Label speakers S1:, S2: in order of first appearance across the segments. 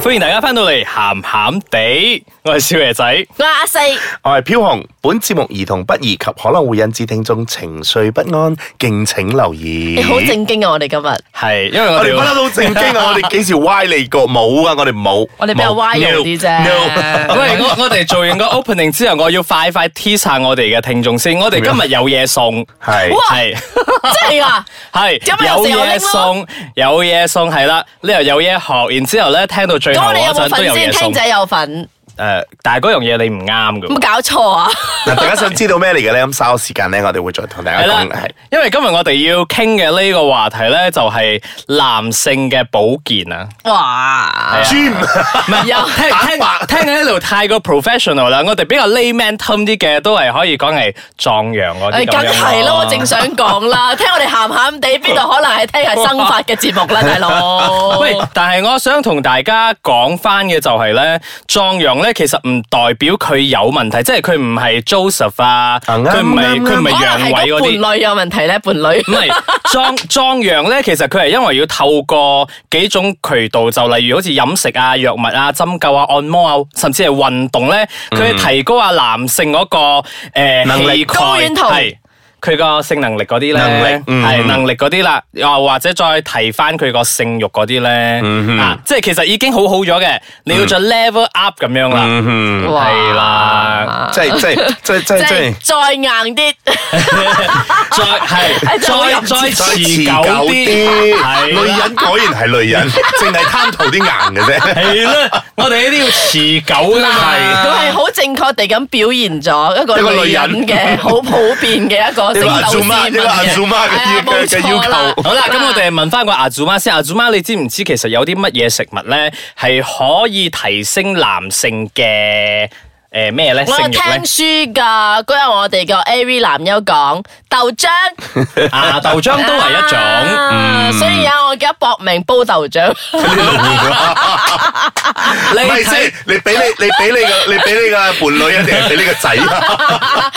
S1: 歡迎大家翻到嚟，鹹鹹地，我係少爺 仔。
S2: 我係阿四，
S3: 我係飄紅，本節目兒童不宜及可能會引致聽眾情緒不安，敬請留意。
S2: 你好正經啊！我哋今日
S1: 係，因為我
S3: 我哋
S1: 哋
S3: 不嬲都好正經 啊！我哋幾時歪你過？冇啊！我哋冇，
S2: 我哋比較
S3: 冇
S2: 歪容啲啫
S3: No，no
S1: 因為我我哋做 完個 opening 之後，我要快快 tease 下我哋嘅聽眾先。我哋今
S2: 啊
S1: 日有嘢送，
S3: 係
S1: 係
S2: 真係啊 噶，
S1: 係
S2: 咁咪有時
S1: 有
S2: 有拎
S1: 嘢
S2: 咯
S1: 送，有嘢送係啦。呢度有嘢學，然之後咧聽到最
S2: 咁
S1: 後
S2: 我哋有
S1: 嗰陣都
S2: 冇份
S1: 有
S2: 先？
S1: 嘢送
S2: 聽。仔有份，
S1: 誒，但係嗰樣嘢你唔啱㗎
S2: 有。冇搞 錯啊？
S3: 嗱，大家想知道咩嚟嘅咧？咁稍後時間咧，我哋會再同大
S1: 係
S3: 家
S1: 啦
S3: 講。係，
S1: 因為今日我哋要傾嘅呢個話題咧，就係男性嘅保健啊。
S2: 哇！
S3: Jim，
S1: 唔係，聽聽聽緊呢度太過 professional 啦，我哋比較 layman term 啲嘅都係可以講係壯陽嗰哎啲
S2: 誒，哎梗
S1: 咁樣啊
S2: 係啦，我正想講 啦，聽我哋鹹鹹地，邊度可能係聽下生發嘅 節目啦，大佬。
S1: 喂，但係我想同大家講翻嘅就係咧，壯陽咧其實唔代表佢有問題，即係佢唔係 Joseph 啊，
S3: 啊啱
S1: 佢唔係
S3: 啱
S1: 佢唔係
S2: 可能
S1: 陽
S2: 係
S1: 痿嗰
S2: 個伴
S1: 啲。
S2: 侶有問題咧，伴
S1: 唔
S2: 侶。
S1: 係壯壯陽咧，其實佢係因為要透過幾種渠道，就例如好似飲食啊、藥物啊、針灸啊、按摩啊，甚至係運動咧，佢係提高啊男性嗰、個誒、呃、
S3: 嗯能力
S1: 氣概
S2: 睾丸酮
S1: 係佢個性能力嗰啲咧，
S3: 能力嗯
S1: 係能力嗰啲啦，又或者再提翻佢個性慾嗰啲咧，
S3: 嗯
S1: 啊，即係其實已經好好咗嘅，你要再 level up 咁樣啦，
S3: 嗯，啊
S2: 哇
S1: 係啦，
S3: 即係即係即係即
S2: 即
S3: 係即係
S2: 係。再硬啲，
S1: 再
S3: 哎
S1: 係
S2: 真係好
S1: 再
S2: 幼稚
S1: 再
S3: 再
S1: 持
S3: 持
S1: 久
S3: 久
S1: 啲，
S3: 啲，
S1: 係
S3: 女
S1: 啦
S3: 人果然係女 人，淨係貪圖啲硬嘅啫。
S1: 系啦， 我哋呢啲要持久噶
S2: 佢係
S1: 嘛。
S2: 好正確地咁表現咗一
S3: 一
S2: 個
S3: 個
S2: 女
S3: 女人
S2: 人嘅好普遍嘅一個
S3: 你
S2: 性
S3: 話阿
S2: 鬥
S3: 祖
S2: 士
S3: 媽，你話阿祖
S2: 文
S3: 媽嘅
S2: 係啊
S3: 要
S2: 冇
S3: 嘅嘅要
S2: 錯啦
S3: 求。
S1: 好啦，咁我哋問翻個阿祖媽先。阿祖媽，你知唔知其實有啲乜嘢食物咧係可以提升男性嘅誒咩咧？
S2: 我
S1: 性
S2: 聽
S1: 慾咧？
S2: 書㗎，嗰日我哋個 AV 男優講豆漿
S1: 啊，豆漿都係一種。
S2: 啊所以啊，我而家搏命煲豆漿，
S3: 唔係
S2: 哎
S3: 先，你俾你你俾你個你俾你個伴侶，一定係俾你個 仔啊！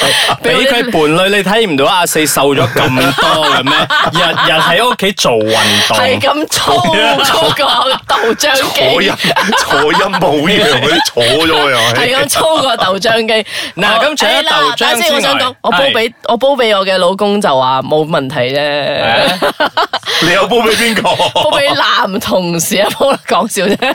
S1: 俾佢伴侶，你睇唔到阿四瘦咗咁多嘅咩？ 日日喺屋企做運動，
S2: 係咁粗粗個豆漿
S3: 坐音
S2: 機，
S3: 坐音冇樣嗰啲坐咗又
S2: 係啊
S3: 係
S2: 咁。粗個豆漿機。
S1: 嗱咁除咗
S2: 哎啦
S1: 豆漿
S2: 等下先我想
S1: 之外
S2: 講，我煲俾我煲俾我嘅老公就話冇問題啫。
S1: 係啊
S3: 你有煲俾邊 個？
S2: 煲俾男同事啊，冇啦，講笑啫。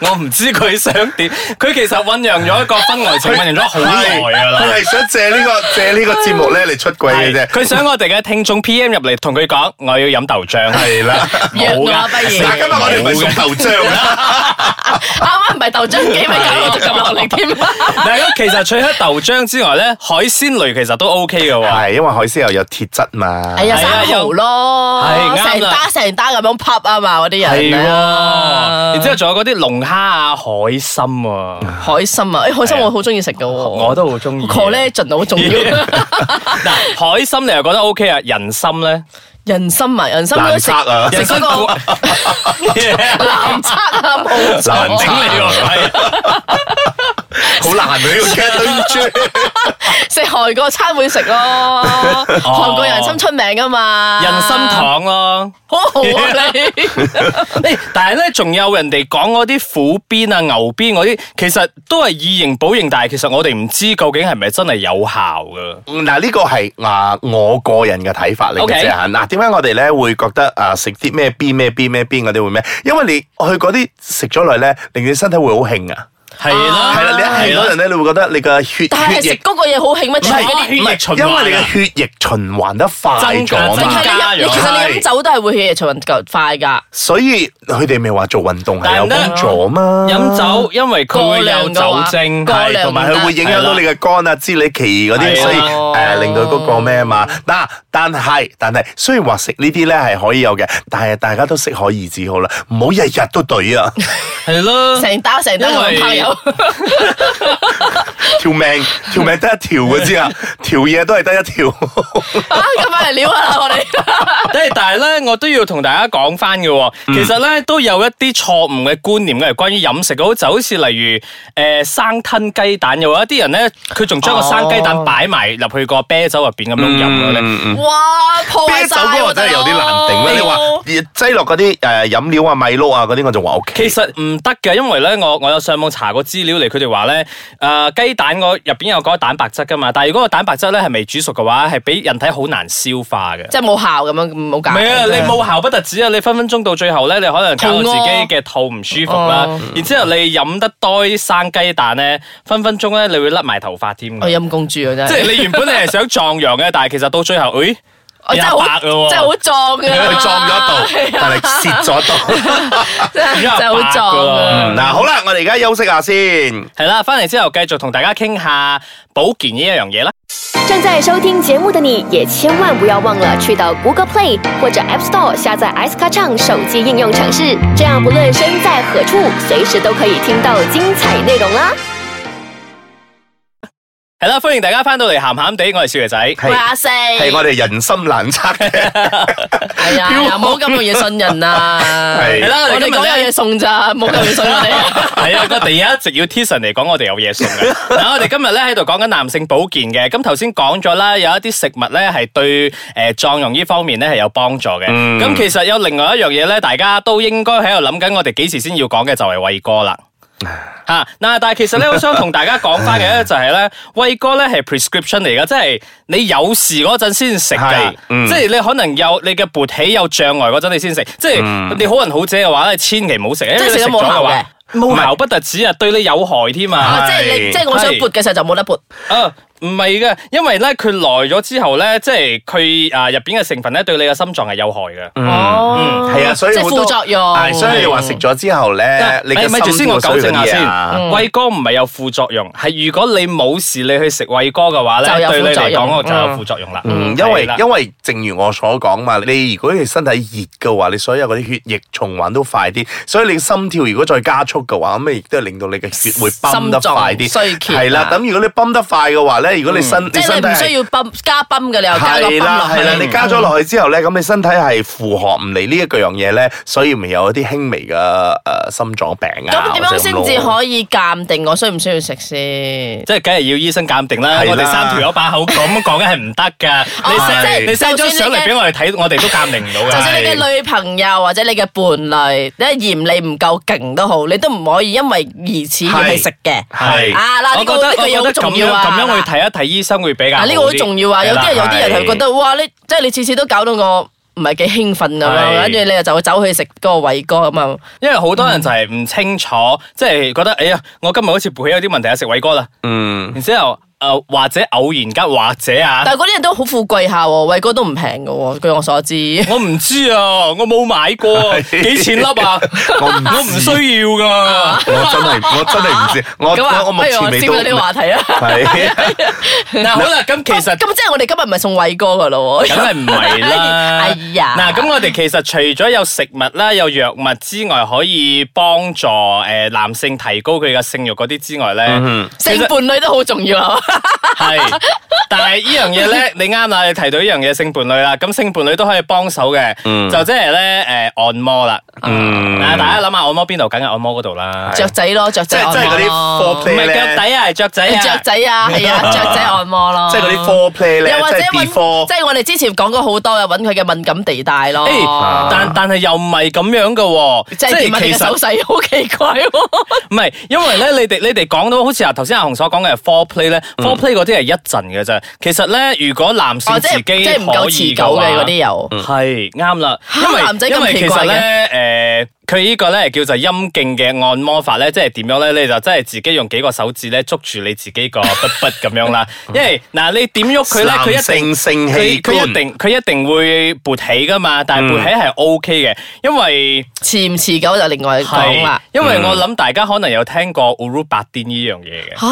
S1: 我唔知佢想點。佢其實醖釀咗一個婚外情，醖釀咗好耐㗎啦。
S3: 佢係想借呢個借 呢個節目咧嚟出軌嘅
S1: 係
S3: 啫。
S1: 佢想我哋嘅聽眾 P.M 入嚟同佢講，我要飲豆漿。
S3: 係啦，
S2: 約我啊不如
S3: 但今日我哋唔係送豆漿啊，
S2: 啱啱唔係豆漿機，咪搞到我咁落力添。
S1: 嗱咁，其實除咗豆漿之外咧，海鮮類其實都 O K 嘅喎。
S3: 係因為海鮮又有鐵質嘛。
S2: 哎呀，
S1: 係啊
S2: 生蠔咯
S1: 係，啱
S2: 成
S1: 啦
S2: 打成打咁樣啪啊嘛，嗰啲
S1: 係喎，啊
S2: 人
S1: 然之後仲有嗰啲龍蝦啊、海參喎，
S2: 海參啊，誒海參我好中意食嘅喎，
S1: 我都好中意。
S2: collagen 好重要。
S1: 嗱，海參你又覺得 O K 啊？人參咧，
S2: 人參啊，人參都
S3: 難
S2: 食
S3: 拆啊！
S1: 人 參
S2: 嗰個南測啊，冇
S3: 難
S2: 錯
S3: 測
S1: 整你 喎，
S3: 好難啊嘅呢個 c a
S2: 食韓國餐會食咯，韓國人參出名噶嘛，
S1: 哦人參糖咯。
S2: 好好啊你。
S1: 誒，但係咧，仲有人哋講嗰啲虎鞭啊、牛鞭嗰啲，其實都係以形補形，但係其實我哋唔知究竟係咪真係有效噶。
S3: 嗱，呢個係啊我個人嘅睇法嚟嘅
S1: OK
S3: 啫嚇。嗱，點解我哋咧會覺得啊食啲咩邊咩邊咩邊嗰啲會咩？因為你去嗰啲食咗落咧，令你身體會好興啊。
S1: 係啦，
S3: 係啦，你一興嗰陣咧，你會覺得你嘅血
S2: 但係
S3: 血
S2: 食
S3: 液
S2: 嗰個嘢好興乜？全部
S1: 係
S2: 嗰啲
S1: 血
S3: 唔係，
S1: 液循環啊
S3: 因為你嘅血液循環得快咗啊
S1: 增
S2: 淨
S1: 加
S3: 嘛
S1: 增，
S2: 係你
S1: 加
S2: 飲，
S1: 咗
S2: 你其實你飲
S3: 係
S2: 酒都係會血液循環夠快㗎。
S3: 所以佢哋咪話做運動係
S1: 但係
S3: 有
S1: 唔得
S3: 幫助嘛。
S1: 飲酒，因為佢會有酒精，
S2: 過量嘅話過
S1: 係
S2: 量
S3: 同埋佢會影響到你嘅肝啊、支你奇嗰
S1: 係
S3: 啲，
S1: 啊
S3: 所以誒令到嗰個咩嘛。嗱，但係但係雖然話食呢啲咧係可以有嘅，但係大家都適可而止好啦，唔好日日 都懟啊！
S1: 係 咯。
S2: 成打成打
S1: 因
S2: 咁
S1: 為
S2: 炮友，
S3: 條命條命得一條嘅啫啊， 條嘢都係得一條。
S2: 啊，咁咪嚟料下啦，我哋
S1: 但係但係咧，我都要同大家講翻嘅喎，其實咧都有一啲錯誤嘅觀念嘅，關於飲食嘅，好就好似例如誒、呃生吞雞蛋，又有一啲人咧，佢仲將個生雞蛋擺埋入去個啤酒入邊咁樣 飲嘅咧。
S2: 哇破
S3: 啤
S2: 壞
S3: 酒
S2: 晒
S3: 嗰
S2: 我
S3: 個真係有啲難頂
S2: 頂
S1: 啊
S3: 啦！你話擠落嗰啲誒飲料啊、米碌啊嗰啲，我仲話 O K。
S1: 其實唔得嘅，因為咧，我我有上網查過資料嚟，佢哋話咧，誒、雞蛋我入邊有嗰個蛋白質噶嘛，但係如果個蛋白質咧係未煮熟嘅話，係俾人體好難消化嘅。
S2: 即係冇效咁樣，冇搞。
S1: 唔係啊！你冇效不特止啊！你分分鐘到最後咧，你可能搞到自己嘅肚唔舒服啦。
S2: 哦
S1: 然之後你飲得多啲生雞蛋咧，分分鐘咧你會甩埋頭髮添㗎。
S2: 我陰公豬啊，真
S1: 即
S2: 係
S1: 係你原本你係想壯陽嘅，但係其實到最後， 誒、
S2: 我真係
S1: 廿八
S2: 好，
S1: 嘞喎
S2: 真係好壯嘅，
S3: 佢撞咗一度，但係蝕咗一度。
S2: 真
S1: 廿
S2: 係真
S1: 八
S2: 係好
S1: 㗎
S2: 壯
S1: 啦
S2: 啊！
S3: 嗱，好啦，我哋而家休息下先。
S1: 係啦，翻嚟之後繼續同大家傾下保健呢一樣嘢啦。
S4: 正在收听节目的你，也千万不要忘了去到谷歌 Play 或者 App Store 下载 S 卡唱手机应用程式，这样不论身在何处，随时都可以听到精彩内容啦。
S1: 係啦，歡迎大家翻到嚟鹹鹹地，我係少爺仔。
S2: 喂阿 四，
S3: 係我哋人心難測嘅，
S2: 係啊，又唔好咁容易信人啊！
S3: 係
S1: 係啦，
S2: 我哋講有嘢送咋，冇咁容易信 我哋。
S1: 系啊，我哋一直要 Tison 嚟講，我哋有嘢送 嘅。嗱，我哋今日咧喺度講緊男性保健嘅，咁頭先講咗啦，有一啲食物咧係對诶壯容呢方面咧係有幫助嘅。咁、
S3: 嗯
S1: 其實有另外一樣嘢咧，大家都應該喺度諗緊，我哋幾時先要講嘅就係偉哥啦。吓嗱、但係其實咧，我想同大家講翻嘅 咧，就係咧，偉哥咧係 prescription 嚟噶，即係你有事嗰陣先食㗎
S3: 係，嗯
S1: 即係你可能有你嘅勃起有障礙嗰陣你先食，即係
S3: 嗯
S1: 你好人好者嘅話咧，千祈唔好食，因
S2: 即
S1: 為
S2: 係
S1: 你
S2: 食得
S1: 食
S2: 冇
S1: 咗
S2: 效
S1: 嘅
S2: 嘅
S1: 話。冇效不特止啊，對你有害添啊！
S2: 啊，即係你，即係我想撥嘅時候就冇得撥。
S1: 啊，唔係嘅，因為咧佢來咗之後咧，即係佢啊入邊嘅成分咧對你嘅心臟係有害嘅。
S2: Ừ. 哦
S3: 係啊，所以
S2: 即係
S3: 好多
S2: 副作用。嗯
S3: 係所以你話食咗之後
S1: Ờ,
S3: 咧，你嘅
S1: 咪住
S3: 心
S1: 先，
S3: 跳
S1: 我糾正下
S3: 水
S1: 先
S3: 嗰啲啊。
S1: 偉哥唔係有副作用，係如果你冇事你去食偉哥嘅話
S2: 就
S1: 咧，
S2: 有
S1: 對你
S2: 副作
S1: 嚟
S2: 用
S1: 講我就有副作用啦。
S3: 嗯，因為
S1: 係啦
S3: 因為正如我所講嘛，你如果你身體熱嘅話，你所有嗰啲血液循環都快啲，所以你心跳如果再加速嘅話，咁亦都係令到你嘅
S2: 啊
S3: 血會泵得快
S2: 心臟衰
S3: 啲。
S2: 竭
S3: 係啦
S2: 啊，
S3: 咁如果你泵得快嘅話咧，如果你身
S2: 即
S3: 你
S2: 係
S3: 身體
S2: 你唔
S3: 係
S2: 需要泵加泵嘅，你又加個泵
S3: 係啦，
S2: 落
S3: 係啦，你
S2: 去。
S3: 加咗落去之後咧，咁你身體係負荷唔嚟呢一個樣嘢咧，所以咪有一啲輕微嘅誒心臟病啊。
S2: 咁點
S3: 或
S2: 樣
S3: 者
S2: 先
S3: 咁咯
S2: 至可以鑑定我需唔需要食先？
S1: 即係梗係要醫生鑑定啦，
S3: 係啦
S1: 我哋三條友把口咁講係唔得噶。你
S2: 即
S1: send
S2: 係
S1: 你 send 張
S2: 就算
S1: 相
S2: 你嘅
S1: 嚟俾我哋睇，我哋都鑑定唔到
S2: 就
S1: 㗎。
S2: 算你嘅女朋友或者你嘅伴侶，你嫌你唔夠勁都好，你都唔可以因為疑似而去食嘅。
S3: 係
S2: 啊嗱，呢
S1: 我
S2: 個
S1: 覺得
S2: 呢個
S1: 我覺
S2: 嘢好
S1: 得咁
S2: 重
S1: 樣
S2: 要啊！
S1: 咁樣去
S2: 嗱
S1: 睇一睇醫生會比較
S2: 啊，呢個好
S1: 啲
S2: 重要啊！有啲人有啲人係覺得哇，你即係你次次都搞到我唔係幾興奮咁
S1: 係
S2: 樣，跟住你又就走去食嗰個偉哥咁啊！
S1: 因為好多人就係唔清楚，即係覺得哎呀，我今日好似背起有啲問題啊，食偉哥啦。
S3: 嗯。
S1: 然之後誒、呃或者偶然間，或者啊，
S2: 但係嗰啲人都好富貴下喎，偉哥都唔平嘅喎，據我所知。
S1: 我唔知啊，我冇買過，幾錢粒 啊？
S3: 我唔
S1: 我唔需要噶。
S3: 我真係我真係唔知，我
S2: 咁啊，
S3: 我我
S2: 不
S3: 目
S2: 如
S3: 前
S2: 我
S3: 未
S2: 接
S3: 到
S2: 咗呢個話題啊啦。
S3: 係。
S1: 嗱好啦，咁其實
S2: 咁。即係我哋今日唔係送偉哥噶咯喎。
S1: 梗係唔係啦！
S2: 哎呀
S1: 嗱，咁我哋其實除咗有食物啦、有藥物之外，可以幫助诶男性提高佢嘅性欲嗰啲之外咧，其
S2: 性
S1: 實
S2: 伴侶都好重要啊！
S1: 係，但係呢樣嘢咧，你啱啦，你提到呢樣嘢性伴侶啦，咁性伴侶都可以幫手嘅，就即係咧诶按摩啦。
S3: 嗯
S1: 嗱，大家諗下按摩邊度，梗係按摩嗰度啦。
S2: 雀仔咯，雀仔
S3: 即係即係嗰啲
S2: 按摩咯
S3: foreplay
S1: 唔係腳底啊，係腳仔啊，
S2: 雀仔 啊，係啊，雀仔按摩咯，
S3: 即係嗰啲 foreplay 咧
S2: 哦又或者
S3: 即係
S2: 揾
S3: before
S2: 即係我哋之前講過好多嘅揾佢嘅敏感地帶咯。
S1: 誒但但係又唔係咁樣嘅喎，
S2: 即係點啊？你嘅
S1: 其實
S2: 手勢好奇怪喎，
S1: 唔係，因為咧，你哋你哋講到好似啊頭先阿紅所講嘅 four play 咧，four
S3: 嗯
S1: play 嗰啲係一陣嘅啫。其實咧，如果男性
S2: 哦，即
S1: 自己
S2: 係即係唔夠持久嘅嗰啲又。
S3: 嗯
S1: 係啱啦，因為
S2: 嚇男仔咁
S1: 因為其實
S2: 奇怪嘅
S1: 咧，誒佢呢個咧叫做陰莖嘅按摩法咧，即係點樣咧？你就真係自己用幾個手指咧捉住你自己個 筆筆咁樣啦。因為嗱，你點喐佢咧，
S3: 嗯
S1: 佢
S3: 男
S1: 一
S3: 性
S1: 定
S3: 性器
S1: 佢佢
S3: 官
S1: 一定佢一定會勃起噶嘛，但係勃起係 O K 嘅，因為
S2: 持唔持久就另外講
S1: 係
S2: 啦。
S1: 因為我諗大家可能有聽過 Uru 白癲呢樣嘢嘅。
S2: 吓，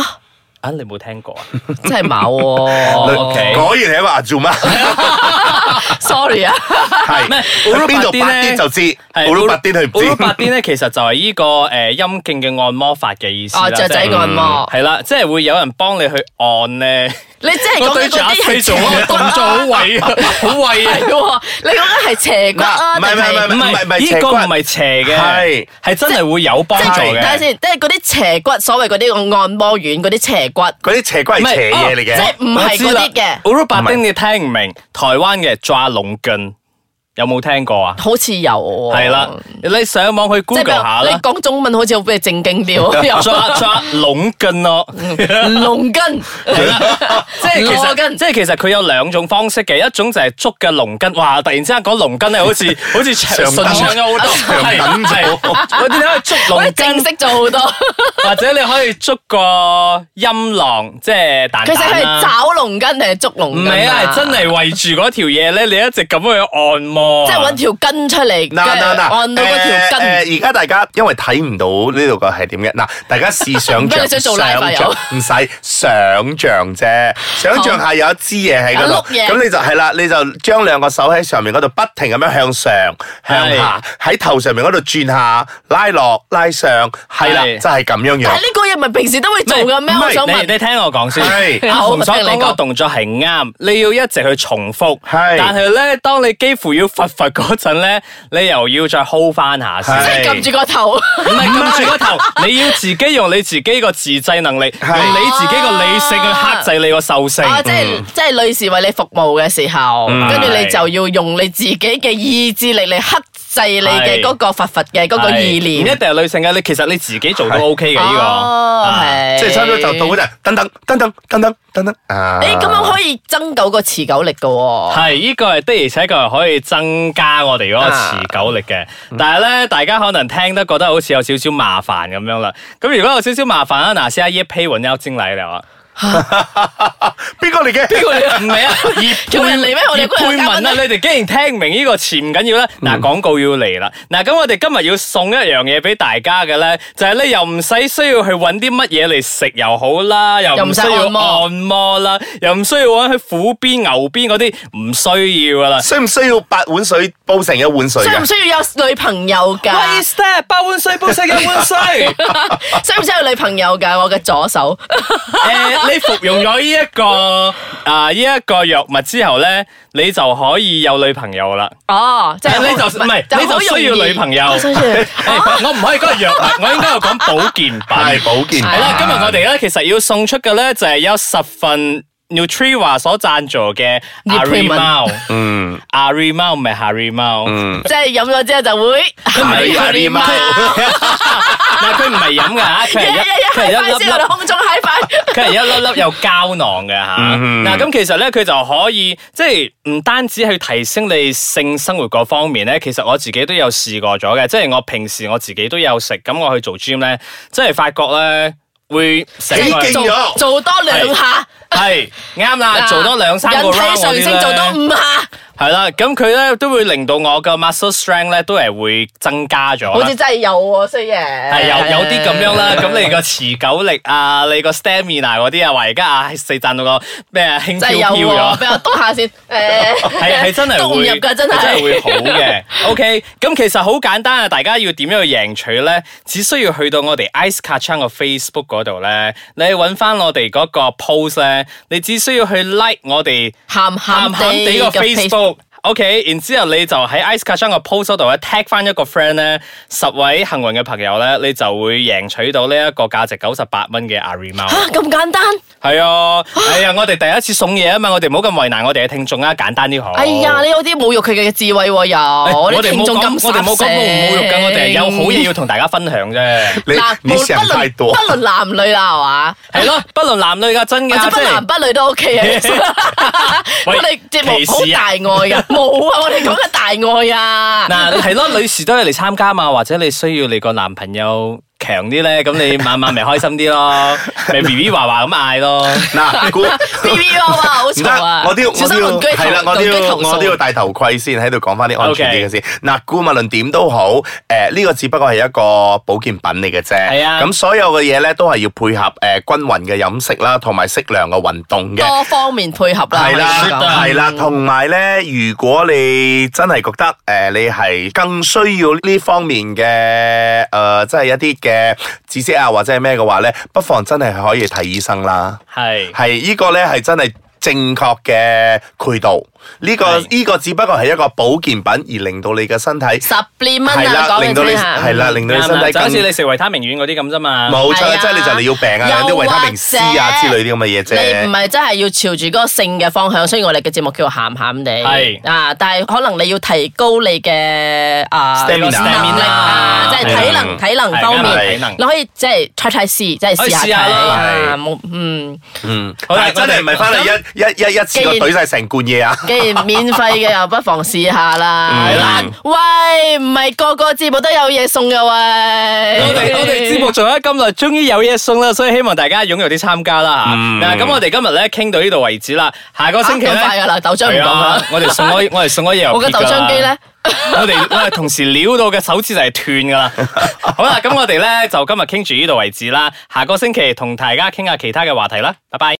S1: 啊，你冇聽過啊？
S2: 真係 冇喎
S1: OK
S3: 果然係一個阿祖 媽，
S2: ，sorry 啊，
S3: 係
S1: 咩
S3: 邊度
S1: Ulubatine
S3: 白啲
S1: 咧
S3: 就知，烏魯白啲佢唔知。
S1: 烏魯白啲 咧，其實就係呢個誒陰莖嘅按摩法嘅意思啦。
S2: 哦雀仔按摩，
S1: 係啦，即係會有人幫你去按咧。
S2: 你即係
S1: 我
S2: 講
S1: 對
S2: 緊
S1: 住阿
S2: 嗰啲
S1: 四
S2: 係
S1: 做嗰個
S2: 邪
S1: 動作 好畏啊，好畏啊
S2: 係！喎，你講緊係邪骨啊，
S3: 嗱唔係
S2: 定
S3: 唔係
S1: 唔係
S3: 唔係
S1: 呢個唔係邪嘅，
S3: 係
S1: 係真係會有幫
S2: 即
S1: 助
S2: 係睇下
S1: 嘅。
S2: 先，即係嗰啲邪骨，所謂嗰啲按摩院嗰啲邪骨，
S3: 嗰啲邪骨係邪嘢嚟
S2: 即係
S3: 嘅，
S2: 唔係嗰啲嘅，
S1: 烏魯白丁你聽唔明？台灣嘅抓龍筋有冇聽過啊？
S2: 好似有喎
S1: 係啦，你上網去
S2: 哦即係
S1: Google 下
S2: 你
S1: 啦。
S2: 講中文好似好俾你正經 啲喎，又
S1: 抓 抓龍筋咯。
S2: 龍筋，
S1: 即係其
S2: 羅
S1: 實，
S2: 根
S1: 即係其實佢有兩種方式嘅，一種就係捉嘅龍筋，哇！突然之間講龍筋咧，好 似好似長順
S3: 上等
S1: 暢咗好多，係
S3: 上等咗
S1: 係我哋可以捉
S2: 我哋
S1: 龍
S2: 正
S1: 筋，
S2: 式咗好多。
S1: 或者你可以捉個陰囊，即係蛋
S2: 其實
S1: 蛋
S2: 係
S1: 啦。
S2: 找龍筋定係捉龍
S1: 啊唔
S2: 筋
S1: 係啊，係真係圍住嗰條嘢咧，你一直咁去按摩啊，
S2: 即係揾條筋出嚟，
S3: 嗱
S2: 跟住
S3: 嗱嗱，
S2: 按到嗰條
S3: 誒誒
S2: 筋。
S3: 而家大家因為睇唔到呢度個係點嘅，嗱，大家 試想像，
S2: 唔該你想做拉
S3: 想
S2: 花
S3: 像
S2: 油
S3: 唔使想像啫，想像下有一支嘢喺嗰
S2: 有碌
S3: 度，
S2: 嘢
S3: 咁你就係啦，你就將兩個手喺上面嗰度不停咁樣向上、向下，喺頭上面嗰度轉下、拉落、拉上，係啦，
S1: 係
S3: 就係咁樣
S2: 但
S3: 樣。
S2: 係呢個嘢咪平時都會做嘅咩？
S1: 唔係
S2: 我想
S1: 你你
S2: 問，
S1: 聽我講先。
S3: 係
S1: 阿
S2: 好
S1: 紅所
S2: 聽你
S1: 講個
S2: 講
S1: 動作係啱，你要一直去重複。
S3: 係
S1: 但係咧，當你幾乎要佛佛嗰陣咧，你又要再 hold 翻下先。
S3: 係
S2: 即係撳住個頭，
S1: 唔係撳住個頭，你要自己用你自己個自制能力，用
S3: 係
S1: 你自己個理性去克制你個獸性。
S2: 啊，即
S1: 嗯
S2: 係即係女士為你服務嘅時候，跟住你就要用你自己嘅意志力嚟克制你嘅嗰個佛佛嘅嗰個意
S1: 係唔一
S2: 念。
S1: 定係女性啊嘅，你其實你自己做都
S3: 係
S1: OK 嘅呢個。
S2: 哦，
S1: 啊
S2: 係。
S3: 即係差唔多就到嗰陣，等等等等等等等等啊！
S2: 誒，咁樣可以增久個持久力嘅喎。
S1: 係呢個係的而且確係可以增加我哋嗰個
S2: 啊
S1: 持久力嘅，但係咧大家可能聽得覺得好似有少少麻煩咁樣啦。咁如果有少少麻煩啊，嗱，試下一批揾優精嚟啊啦。
S3: 邊個嚟嘅？
S1: 呢個唔係 啊，葉
S2: 叫人嚟咩我哋
S1: 葉
S2: 嗰
S1: 佩
S2: 日有嘉賓
S1: 文啊，你哋竟然聽唔明呢個詞唔緊要啦。
S2: 嗯
S1: 嗱，廣告要嚟啦。嗱，咁我哋今日要送一樣嘢俾大家嘅咧，就係咧又唔使需要去揾啲乜嘢嚟食又好啦，又唔需
S2: 又
S1: 要
S2: 唔使按摩
S1: 按摩啦，又唔需要揾去虎邊牛邊嗰啲，唔需要噶啦。
S3: 需唔需要八碗水煲成一碗水
S2: 需唔
S3: 嘅？
S2: 需要有女朋友㗎？
S1: 喂 s t e 八碗水煲食一 碗水。
S2: 需唔需要女朋友㗎？我嘅左 手。
S1: 誒，你服用咗呢一個啊呢一個藥物之後咧，你就可以有女朋友啦。
S2: 哦，即係
S1: 你就
S2: 好
S1: 唔係你就需要女朋。友
S2: 好 容易我需要
S1: 誒我唔可以講藥物，我應該要講保 健品。
S3: 係保健
S1: 好啦，今日我哋咧其實要送出嘅咧就係有十份 Nutriva 所贊助嘅
S2: 葉
S1: a r
S2: 佩
S1: i
S2: 文
S1: 貓，
S3: 嗯
S1: a r i 貓唔係 Harry 貓。
S2: 即係飲咗之後就會
S3: 係啊你媽
S1: 嗱， 佢唔係飲㗎嚇，佢係
S2: 一
S1: 一
S2: 一
S1: 佢係
S2: 一
S1: 一
S2: high five
S1: 粒
S2: 啊先，我
S1: 粒
S2: 哋。空中 high five。
S1: 佢係一粒粒有膠囊嘅吓，
S3: 嗯
S1: 嗱咁、其實咧佢就可以即係唔單止去提升你性生活嗰方面咧，其實我自己都有試過咗嘅，即係我平時我自己都有食，咁我去做 gym 咧，即係發覺咧會成
S3: 幾勁
S1: 個
S3: 咗
S2: 做多兩下，
S1: 係啱啦，
S2: 嗱
S1: 啊做多兩三個
S2: 人體
S1: round
S2: 啊上升做多
S1: 嗰啲咧，
S2: 五下，
S1: 係啦，咁佢咧都會令到我嘅 muscle strength 咧都係會增加咗
S2: 好
S1: 啦
S2: 似。真係有喎，雖然
S1: 係有有啲咁樣啦，咁你個持久力啊，你個 stamina 嗰啲啊，話而家啊四賺到個咩啊輕
S2: 真
S1: 飄
S2: 係有
S1: 飄
S2: 喎，
S1: 咗
S2: 俾。我篤 下先。誒，
S1: 係 係真係
S2: 篤唔
S1: 會
S2: 入㗎，真
S1: 係
S2: 係
S1: 會好嘅。OK，咁其實好簡單啊！大家要點樣去贏取咧？只需要去到我哋 Ice c a t c h a n 個 Facebook 嗰度咧，你揾翻我哋嗰個 post 咧，你只需要去 like 我哋
S2: 鹹
S1: 鹹
S2: 鹹
S1: 鹹地
S2: 地
S1: 個
S2: 嘅 Facebook。
S1: Facebook。OK，然之後你就喺 Ice c a t c h a n 個 post 嗰度咧 tag 翻一個 friend 咧，十位幸運嘅朋友咧，你就會贏取到呢一個價值九十八蚊嘅 Ari 貓。
S2: 嚇咁簡單？
S1: 係啊，係啊，我哋第一次送嘢啊嘛，我哋唔好咁為難我哋嘅聽眾啊，簡單啲好。
S2: 哎呀，你有啲侮辱佢嘅智慧喎，又
S1: 誒
S2: 我啲聽眾
S1: 冇
S2: 咁
S1: 講我哋冇講到侮辱緊，我哋係有好嘢要同大家分享 啫。
S3: 你
S2: 嗱，
S3: 你
S2: 無
S3: 成
S2: 不
S3: 太
S2: 論
S3: 多
S2: 不。論男女啦，係嘛？
S1: 係咯，不論男女噶，真
S2: 或
S1: 噶，即
S2: 者不男
S1: 係啊
S2: 不女都 OK 啊， 其實
S1: 喂
S2: 我哋節目好
S1: 歧視啊
S2: 大愛嘅，冇啊！我哋講嘅大愛啊，
S1: 嗱，係咯，女士都係嚟參加嘛，或者你需要你個男朋友強啲咧，咁你晚晚咪開心啲 咯，咪 B B 娃娃咁嗌咯。
S3: 嗱， 估
S2: B B 娃娃好
S3: 唔
S2: 嘈
S3: 得
S2: 啊！，
S3: 我都要
S2: 小
S3: 我
S2: 心
S3: 都要
S2: 鄰居投
S3: 係啦，我都
S2: 鄰居
S3: 要
S2: 投訴
S3: 我都要戴頭盔先喺度講翻啲安全啲嘅先。嗱，姑勿論點都好，誒呢個只不過係一個保健品嚟嘅啫。
S1: 係啊
S3: 咁所有嘅嘢咧都係要配合誒均勻嘅飲食啦，同埋適量嘅運動嘅。
S2: 多方面配合啦。
S3: 係
S2: 可以咁
S3: 啦，
S2: 講
S3: 係啦，同埋咧，如果你真係覺得誒、呃你係更需要呢方面嘅誒、呃即係一啲嘅知識啊，或者係咩嘅話咧，不妨真係可以睇醫生啦。
S1: 係
S3: 係呢個咧係真係正確嘅渠道，呢、個
S1: 係
S3: 呢個只不過係一個保健品，而令到你嘅身體
S2: 十年蚊
S3: 係
S2: 啊，
S3: 啦，
S2: 講
S3: 令
S2: 你
S3: 到你
S2: 聽下。
S3: 係啦，令到你身體
S1: 就好似
S3: 更
S1: 你食維他命丸嗰啲咁啫嘛。
S3: 冇
S2: 係
S3: 錯，
S2: 啊
S3: 即係你就嚟要病啊，有
S2: 又
S3: 啲維他命 C 啊
S2: 或
S3: 之
S2: 者
S3: 類啲咁嘅嘢
S2: 你唔
S3: 啫。
S2: 係真係要朝住嗰個性嘅方向，雖然我哋嘅節目叫做鹹鹹地，
S1: 係
S2: 啊，但係可能你要提高你嘅啊
S3: Stamina 嗯
S2: 能力啊，即係體能體能方
S3: 係
S2: 面，
S1: 體能
S2: 你。可以即係 try try 試，即係試下
S1: 可以試下
S2: 睇
S1: 咯
S2: 啊，冇嗯，
S3: 嗯，
S1: 好啦
S3: 但係真係唔係翻嚟一一一一次過
S2: 既然
S3: 懟晒成罐嘢啊！
S2: 既然免費嘅又不妨試下啦，
S3: 嗯
S2: 嗱，喂，唔係個個節目都有嘢送嘅喂，
S1: 我哋我哋節目做咗咁耐，終於有嘢送啦，所以希望大家踴躍啲參加啦嚇
S3: 嗯
S1: 嗱，咁我哋今日咧傾到呢度為止啦，下個星期咧
S2: 啊咁快㗎啦豆漿唔
S1: 係啊
S2: 講啦
S1: 我哋送 咗我哋送咗嘢，
S2: 我嘅豆漿機咧。
S1: 我哋我哋同時撩到嘅手指就係斷噶 啦。好啦，咁我哋咧就今日傾住呢度為止啦，下個星期同大家傾下其他嘅話題啦，拜拜。